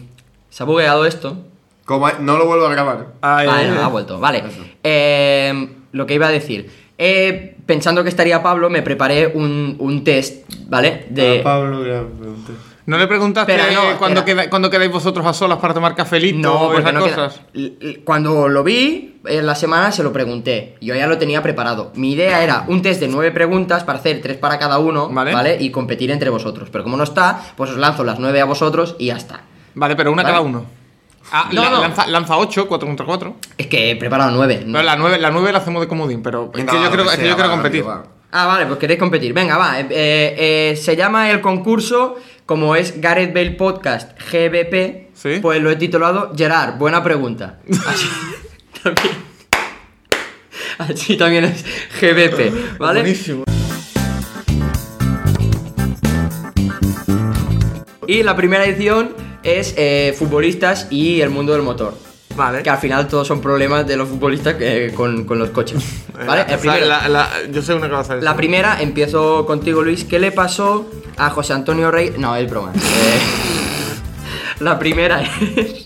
Speaker 2: se ha bugueado esto.
Speaker 4: Como no lo vuelvo a grabar.
Speaker 3: Ah, eh,
Speaker 2: Ah, no, ha vuelto, vale.
Speaker 4: Eso.
Speaker 2: Em, lo que iba a decir. Eh, pensando que estaría Pablo, me preparé un, un test, ¿vale? De,
Speaker 4: Pablo, ya me pregunté.
Speaker 3: ¿No le preguntaste
Speaker 2: Espera, no,
Speaker 3: eh, cuándo,
Speaker 2: espera.
Speaker 3: queda- cuándo quedáis vosotros a solas para tomar cafelito
Speaker 2: No,
Speaker 3: o
Speaker 2: porque
Speaker 3: esas
Speaker 2: no queda-
Speaker 3: cosas?
Speaker 2: L- l- Cuando lo vi en la semana se lo pregunté. Yo ya lo tenía preparado. Mi idea era un test de nueve preguntas para hacer tres para cada uno,
Speaker 3: Vale.
Speaker 2: ¿vale? Y competir entre vosotros. Pero como no está, pues os lanzo las nueve a vosotros y ya está.
Speaker 3: Vale, pero una
Speaker 2: Vale.
Speaker 3: cada uno. Ah,
Speaker 2: No,
Speaker 3: la-
Speaker 2: no.
Speaker 3: Lanza, lanza 8, 4 contra 4.
Speaker 2: Es que he preparado nueve. ¿no?
Speaker 3: Pero la 9 la, nueve la hacemos de comodín, pero es que yo, creo, es que yo quiero competir.
Speaker 2: Ah, vale, pues queréis competir. Venga, va. eh, eh, eh, se llama el concurso, como es Gareth Bale Podcast GBP,
Speaker 3: Sí.
Speaker 2: pues lo he titulado Gerard, buena pregunta.
Speaker 3: <laughs>
Speaker 2: Así también, así también es GBP, ¿vale? Y la primera edición es eh, futbolistas y el mundo del motor.
Speaker 3: Vale.
Speaker 2: Que al final todos son problemas de los futbolistas eh, con, con los coches.
Speaker 3: <laughs>
Speaker 2: ¿Vale?
Speaker 3: Eh,
Speaker 2: El primero.
Speaker 3: la- la- yo sé una que va a hacer
Speaker 2: La
Speaker 3: eso.
Speaker 2: primera, empiezo contigo Luis, ¿qué le pasó a José Antonio Rey? No, es broma. Eh, la primera es...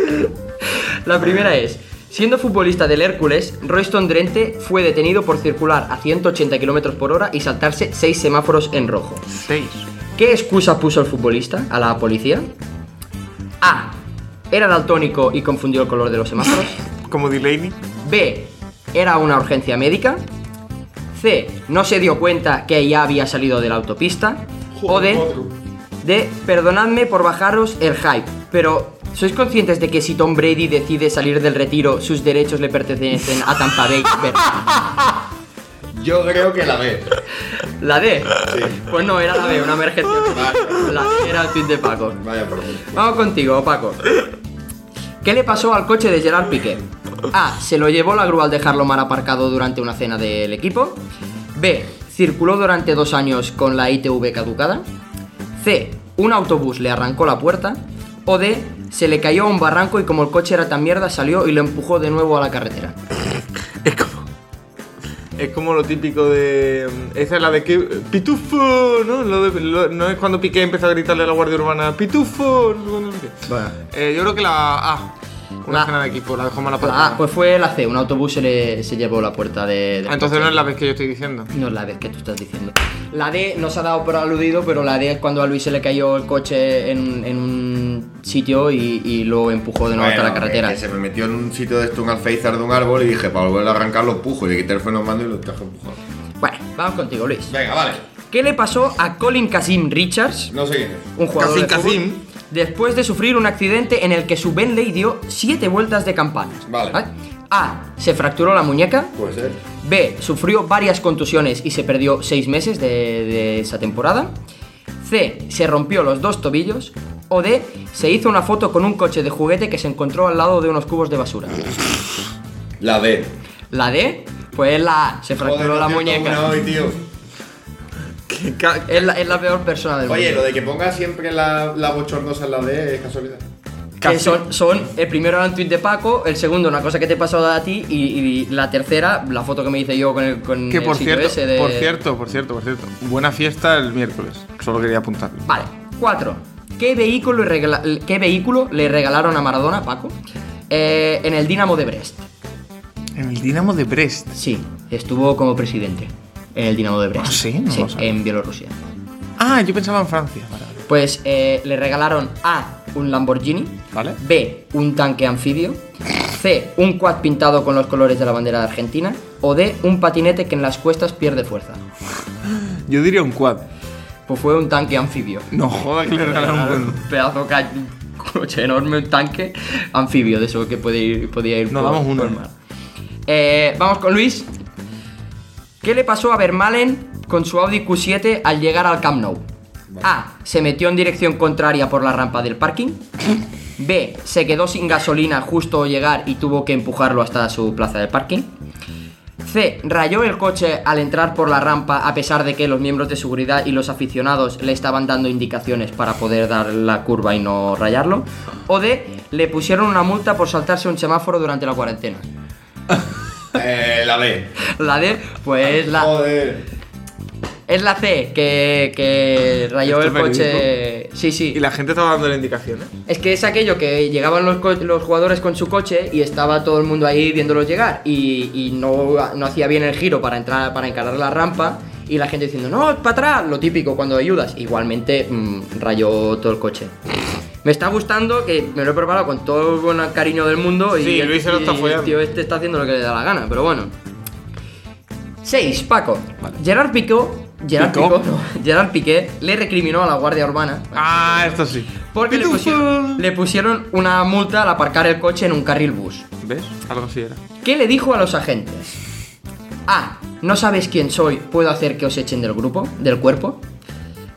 Speaker 2: <laughs> la primera es... Siendo futbolista del Hércules, Royston Drente fue detenido por circular a 180 km por hora y saltarse 6 semáforos en rojo.
Speaker 3: Seis.
Speaker 2: ¿Qué excusa puso el futbolista a la policía? A. Era daltónico y confundió el color de los semáforos.
Speaker 3: Como Delaney.
Speaker 2: B. Era una urgencia médica. C. No se dio cuenta que ya había salido de la autopista. o D. D. Perdonadme por bajaros el hype, pero ¿sois conscientes de que si Tom Brady decide salir del retiro, sus derechos le pertenecen a Tampa Bay? Buccaneers?
Speaker 4: Yo creo que la ve.
Speaker 2: La D. Pues no, era la B, una emergencia.
Speaker 4: Vale.
Speaker 2: La D era el tweet de Paco.
Speaker 4: Vaya por favor.
Speaker 2: Vamos contigo, Paco. ¿Qué le pasó al coche de Gerard Piqué? A. Se lo llevó la grúa al dejarlo mal aparcado durante una cena del equipo. B. Circuló durante dos años con la ITV caducada. C. Un autobús le arrancó la puerta. O D. Se le cayó a un barranco y como el coche era tan mierda salió y lo empujó de nuevo a la carretera.
Speaker 3: Es como lo típico de. mm, Esa es la de que. ¡Pitufo! ¿No? Lo de- lo- no es cuando Piqué empezó a gritarle a la Guardia Urbana: ¡Pitufo! No sé qué.
Speaker 2: Bueno.
Speaker 3: Eh, yo creo que la A. Una
Speaker 2: La-
Speaker 3: escena de equipo, la dejó mala
Speaker 2: La
Speaker 3: patada.
Speaker 2: A, pues fue la C, un autobús se, le, se llevó la puerta de... de-
Speaker 3: Ah, Entonces no es la vez que yo estoy diciendo.
Speaker 2: No es la vez que tú estás diciendo. La D no se ha dado por aludido, pero la D es cuando a Luis se le cayó el coche en, en un sitio y, y lo empujó de nuevo hasta la
Speaker 4: Bueno,
Speaker 2: carretera.
Speaker 4: que- que se me metió en un sitio de esto, un alféizar de un árbol, y dije, para volver a arrancar, lo pujo. Le quité el freno de mano y lo traje empujado.
Speaker 2: Bueno, vamos contigo, Luis.
Speaker 4: Venga, vale.
Speaker 2: ¿Qué le pasó a Colin Kasim Richards,
Speaker 4: No sé quién es.
Speaker 2: un
Speaker 3: Kasim
Speaker 2: jugador de fútbol,
Speaker 3: Kasim.
Speaker 2: después de sufrir un accidente en el que su Bentley dio 7 vueltas de campana?
Speaker 4: Vale.
Speaker 2: A. Se fracturó la muñeca.
Speaker 4: Puede ser.
Speaker 2: B. Sufrió varias contusiones y se perdió 6 meses de, de esa temporada. C. Se rompió los dos tobillos. O D. Se hizo una foto con un coche de juguete que se encontró al lado de unos cubos de basura.
Speaker 4: La D.
Speaker 2: La D. Pues la A. Se fracturó
Speaker 4: Joder,
Speaker 2: la
Speaker 4: no acierto una
Speaker 2: muñeca.
Speaker 4: hoy, tío.
Speaker 3: Que ca-
Speaker 2: Es la, es la peor persona del
Speaker 4: Oye,
Speaker 2: mundo.
Speaker 4: lo de que ponga siempre la, la bochornosa en la D es casualidad.
Speaker 2: Que son, son, el primero era un tweet de Paco, el segundo una cosa que te he pasado a ti y, y la tercera la foto que me hice yo con el, con
Speaker 3: Que
Speaker 2: el
Speaker 3: por
Speaker 2: sitio
Speaker 3: cierto,
Speaker 2: ese de...
Speaker 3: por cierto, por cierto, por cierto. Buena fiesta el miércoles. Solo quería apuntarlo.
Speaker 2: Vale, cuatro. ¿Qué vehículo, regala- qué vehículo le regalaron a Maradona, Paco? Eh, en el Dinamo de Brest.
Speaker 3: En el Dinamo de Brest.
Speaker 2: Sí, estuvo como presidente en el Dinamo de Brest.
Speaker 3: Ah, sí, no lo sabía.
Speaker 2: en Bielorrusia.
Speaker 3: Ah, yo pensaba en Francia. Vale, vale.
Speaker 2: Pues eh, le regalaron A, un Lamborghini.
Speaker 3: Vale.
Speaker 2: B, un tanque anfibio. C, un quad pintado con los colores de la bandera de Argentina. O D, un patinete que en las cuestas pierde fuerza.
Speaker 3: Yo diría un quad.
Speaker 2: Pues fue un tanque anfibio.
Speaker 3: No joda que le regalaron un
Speaker 2: Un pedazo de ca- coche enorme, un tanque anfibio de eso que puede ir, podía ir
Speaker 3: Nos damos uno.
Speaker 2: el mar. Eh, vamos con Luis. ¿Qué le pasó a Vermalen con su Audi Q7 al llegar al Camp Nou? A. Se metió en dirección contraria por la rampa del parking. B. Se quedó sin gasolina justo al llegar y tuvo que empujarlo hasta su plaza de parking. C. Rayó el coche al entrar por la rampa a pesar de que los miembros de seguridad y los aficionados le estaban dando indicaciones para poder dar la curva y no rayarlo. O D. Le pusieron una multa por saltarse un semáforo durante la cuarentena. <laughs>
Speaker 4: Eh, la D.
Speaker 2: La D, pues la,
Speaker 4: Joder.
Speaker 2: es la C, que, que rayó
Speaker 3: ¿Esto
Speaker 2: el
Speaker 3: es
Speaker 2: coche... Sí, sí.
Speaker 3: Y la gente estaba dándole indicaciones.
Speaker 2: Es que es aquello que llegaban los, co- los jugadores con su coche y estaba todo el mundo ahí viéndolos llegar y, y no, no hacía bien el giro para entrar para encarar la rampa y la gente diciendo no para atrás lo típico cuando ayudas igualmente mm, rayó todo el coche me está gustando que me lo he preparado con todo el buen cariño del mundo y,
Speaker 3: Sí,
Speaker 2: el-
Speaker 3: Luis se lo está
Speaker 2: y el
Speaker 3: follando.
Speaker 2: tío este está haciendo lo que le da la gana pero bueno 6. Paco Gerard Piqué Gerard
Speaker 3: Picó.
Speaker 2: Piqué no, <laughs> Gerard Piqué le recriminó a la guardia urbana
Speaker 3: Ah, esto sí.
Speaker 2: porque le pusieron, le pusieron una multa al aparcar el coche en un carril bus.
Speaker 3: ¿Ves? Algo así <laughs> era.
Speaker 2: ¿Qué le dijo a los agentes? A. No sabéis quién soy, puedo hacer que os echen del grupo, del cuerpo.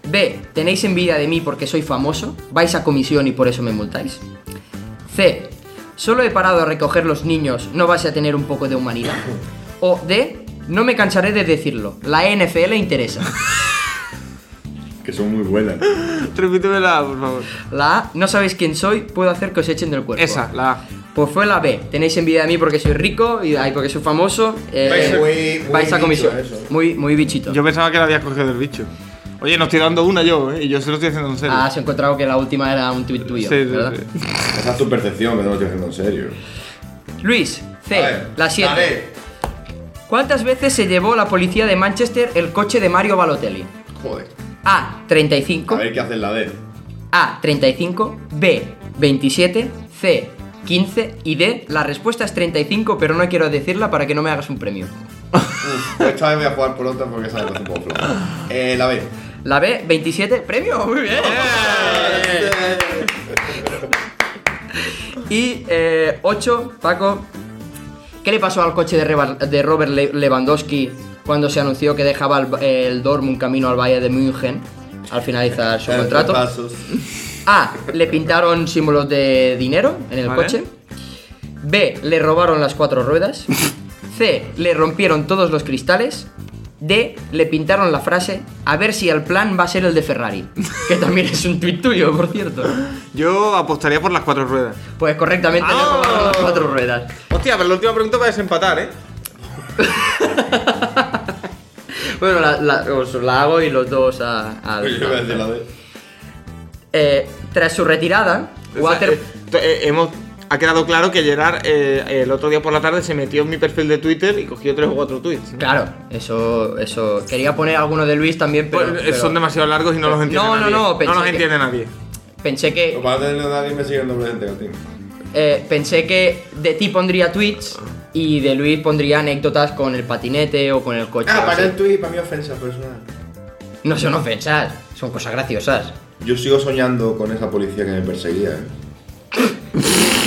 Speaker 2: B. Tenéis envidia de mí porque soy famoso, vais a comisión y por eso me multáis. C. Solo he parado a recoger los niños, no vais a tener un poco de humanidad. O D. No me cansaré de decirlo, la NFL interesa.
Speaker 4: Que son muy buenas.
Speaker 3: Repítemela, por favor.
Speaker 2: La A. No sabéis quién soy, puedo hacer que os echen del cuerpo.
Speaker 3: Esa, la A.
Speaker 2: Pues fue la B. Tenéis envidia de mí porque soy rico y ay, porque soy famoso. eh,
Speaker 4: Vais a- muy- muy
Speaker 2: vais a
Speaker 4: bicho
Speaker 2: comisión.
Speaker 4: eso.
Speaker 2: Muy, muy bichito.
Speaker 3: Yo pensaba que la había cogido del bicho. Oye, no estoy dando una yo, ¿eh? Y yo se lo estoy haciendo en serio.
Speaker 2: Ah, has encontrado que la última era un tuit tuyo.
Speaker 3: Sí, sí,
Speaker 2: ¿verdad?
Speaker 3: sí.
Speaker 4: Esa es tu percepción, pero no lo estoy haciendo en serio.
Speaker 2: Luis, C,
Speaker 4: A ver,
Speaker 2: la 7.
Speaker 4: La D.
Speaker 2: ¿Cuántas veces se llevó la policía de Manchester el coche de Mario Balotelli?
Speaker 4: Joder.
Speaker 2: A, 35.
Speaker 4: A ver qué hace en la D.
Speaker 2: A, 35. B, 27. C, 15. Y D, la respuesta es 35, pero no quiero decirla para que no me hagas un premio.
Speaker 4: Uf, Pues esta vez voy a jugar por otra porque esa me parece un poco floja. Eh, la B.
Speaker 2: La B, 27. Premio, <laughs> muy bien. Y 8, Paco. ¿Qué le pasó al coche de, Reba- de Robert Le- Lewandowski cuando se anunció que dejaba el, el Dortmund camino al Valle de München al finalizar
Speaker 4: Eh,
Speaker 2: su contrato?
Speaker 4: Pasos.
Speaker 2: A. Le pintaron símbolos de dinero en el
Speaker 3: Vale.
Speaker 2: coche. B. Le robaron las cuatro ruedas. C. Le rompieron todos los cristales. D. Le pintaron la frase a ver si el plan va a ser el de Ferrari. <laughs> Que también es un tuit tuyo, por cierto.
Speaker 3: Yo apostaría por las cuatro ruedas.
Speaker 2: Pues correctamente le
Speaker 3: ¡Ah!
Speaker 2: robaron las cuatro ruedas.
Speaker 3: Hostia, pero la última pregunta va a desempatar, ¿eh?
Speaker 2: Bueno, la, la- os la hago y los dos a, a-
Speaker 4: Yo iba a decir la D.
Speaker 2: Eh, tras su retirada,
Speaker 3: O sea,
Speaker 2: Water...
Speaker 3: eh, eh, hemos ha quedado claro que Gerard eh, el otro día por la tarde se metió en mi perfil de Twitter y cogió tres o cuatro tweets. ¿no?
Speaker 2: Claro, eso, eso. Quería poner alguno de Luis también, pero.
Speaker 3: Pues, eh,
Speaker 2: pero
Speaker 3: son demasiado largos y no los entiende
Speaker 2: no, no,
Speaker 3: nadie.
Speaker 2: no, pensé
Speaker 3: los
Speaker 2: que-
Speaker 3: entiende nadie.
Speaker 2: Pensé que.
Speaker 4: Lo vas a tener nadie me sigue el nombre de tío.
Speaker 2: eh, pensé que de ti pondría tweets y de Luis pondría anécdotas con el patinete o con el coche.
Speaker 5: Ah,
Speaker 2: o
Speaker 5: para
Speaker 2: así.
Speaker 5: el tweet y para mi ofensa personal.
Speaker 2: No son ofensas, son cosas graciosas.
Speaker 4: Yo sigo soñando con esa policía que me perseguía. ¿eh? <laughs>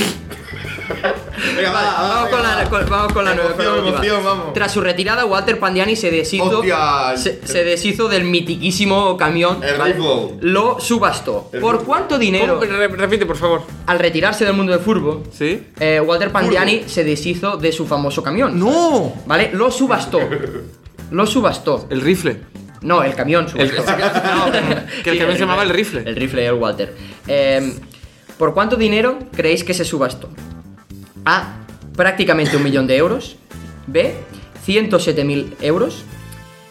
Speaker 4: Venga, va, va,
Speaker 2: Vamos
Speaker 4: Ah, venga,
Speaker 2: con la,
Speaker 4: va.
Speaker 2: con- vamos con la nueva
Speaker 4: Emoción,
Speaker 2: con la última.
Speaker 4: emoción, vamos.
Speaker 2: Tras su retirada, Walter Pandiani se deshizo,
Speaker 4: Hostia, el-
Speaker 2: se, se deshizo del mitiquísimo camión.
Speaker 4: El Rifle.
Speaker 2: Lo subastó.
Speaker 4: El
Speaker 2: ¿Por
Speaker 4: Rifle.
Speaker 2: cuánto dinero?
Speaker 3: ¿Cómo? Re- Repite, por favor.
Speaker 2: Al retirarse del mundo del furbo,
Speaker 3: ¿Sí?
Speaker 2: eh, Walter Pandiani se deshizo de su famoso camión.
Speaker 3: ¡No!
Speaker 2: ¿Vale? Lo subastó. Lo subastó.
Speaker 3: El rifle.
Speaker 2: No, el camión
Speaker 3: El-
Speaker 2: subastó.
Speaker 3: <laughs>
Speaker 2: No,
Speaker 3: que el camión se llamaba el rifle.
Speaker 2: El rifle del Walter. Eh, ¿Por cuánto dinero creéis que se subastó? A. Prácticamente un millón de euros. B. 107.000 euros.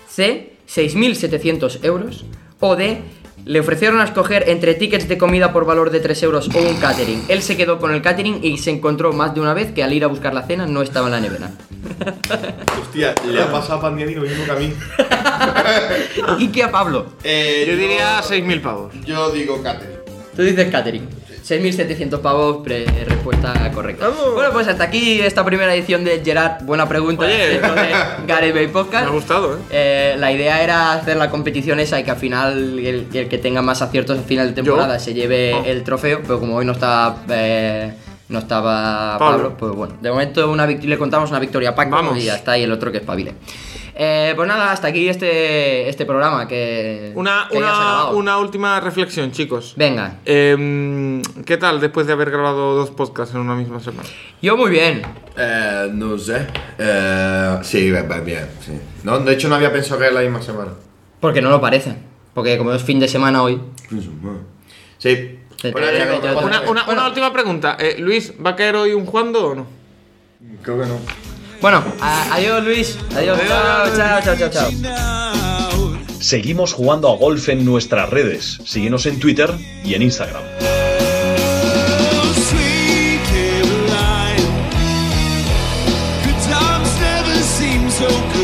Speaker 2: C. 6.700 euros. O D. Le ofrecieron a escoger entre tickets de comida por valor de 3 euros o un catering. Él se quedó con el catering y se encontró más de una vez que al ir a buscar la cena no estaba en la nevera.
Speaker 4: Hostia, le ha pasado a Pandiani lo mismo que a mí.
Speaker 2: ¿Y qué a Pablo?
Speaker 4: Eh,
Speaker 3: Yo diría 6.000 pavos.
Speaker 4: Yo digo Cater.
Speaker 2: Tú dices catering. 6.700 pavos, pre- respuesta correcta. Bueno, pues hasta aquí esta primera edición de Gerard. Buena pregunta.
Speaker 3: Oye.
Speaker 2: dentro de Gareth Bale
Speaker 3: Me
Speaker 2: Podcast.
Speaker 3: ha gustado, ¿eh?
Speaker 2: Eh, la idea era hacer la competición esa y que al final el, el que tenga más aciertos al final de temporada se lleve
Speaker 3: Ah.
Speaker 2: el trofeo, pero como hoy no estaba eh, no estaba Pablo.
Speaker 3: Pablo.
Speaker 2: pues bueno, de momento una vict- le contamos una victoria a Paco
Speaker 3: Vamos.
Speaker 2: y ya está, y el otro que es Pabile. Eh, pues nada, hasta aquí este, este programa que,
Speaker 3: Una,
Speaker 2: que ya se ha
Speaker 3: una,
Speaker 2: acabado.
Speaker 3: una última reflexión, chicos.
Speaker 2: Venga,
Speaker 3: Em, ¿Qué tal después de haber grabado dos podcasts en una misma semana?
Speaker 2: yo muy bien.
Speaker 4: Eh, no sé. Eh, sí, va- va bien, sí. No, de hecho no había pensado que era la misma semana.
Speaker 2: Porque no lo parece. Porque como es fin de semana hoy.
Speaker 4: Sí.
Speaker 2: Te-
Speaker 4: Bueno,
Speaker 2: te-
Speaker 4: ya
Speaker 2: te-
Speaker 4: creo que-
Speaker 3: Una, una- una última pregunta. Eh, Luis, ¿va a caer hoy un Juando o no?
Speaker 4: Creo que no.
Speaker 2: Bueno, a- adiós Luis. Adiós. Chao, chao, chao, chao, chao.
Speaker 1: Seguimos jugando a golf en nuestras redes. Síguenos en Twitter y en Instagram.
Speaker 6: Oh, Sweet Caroline. Good times never seem so good.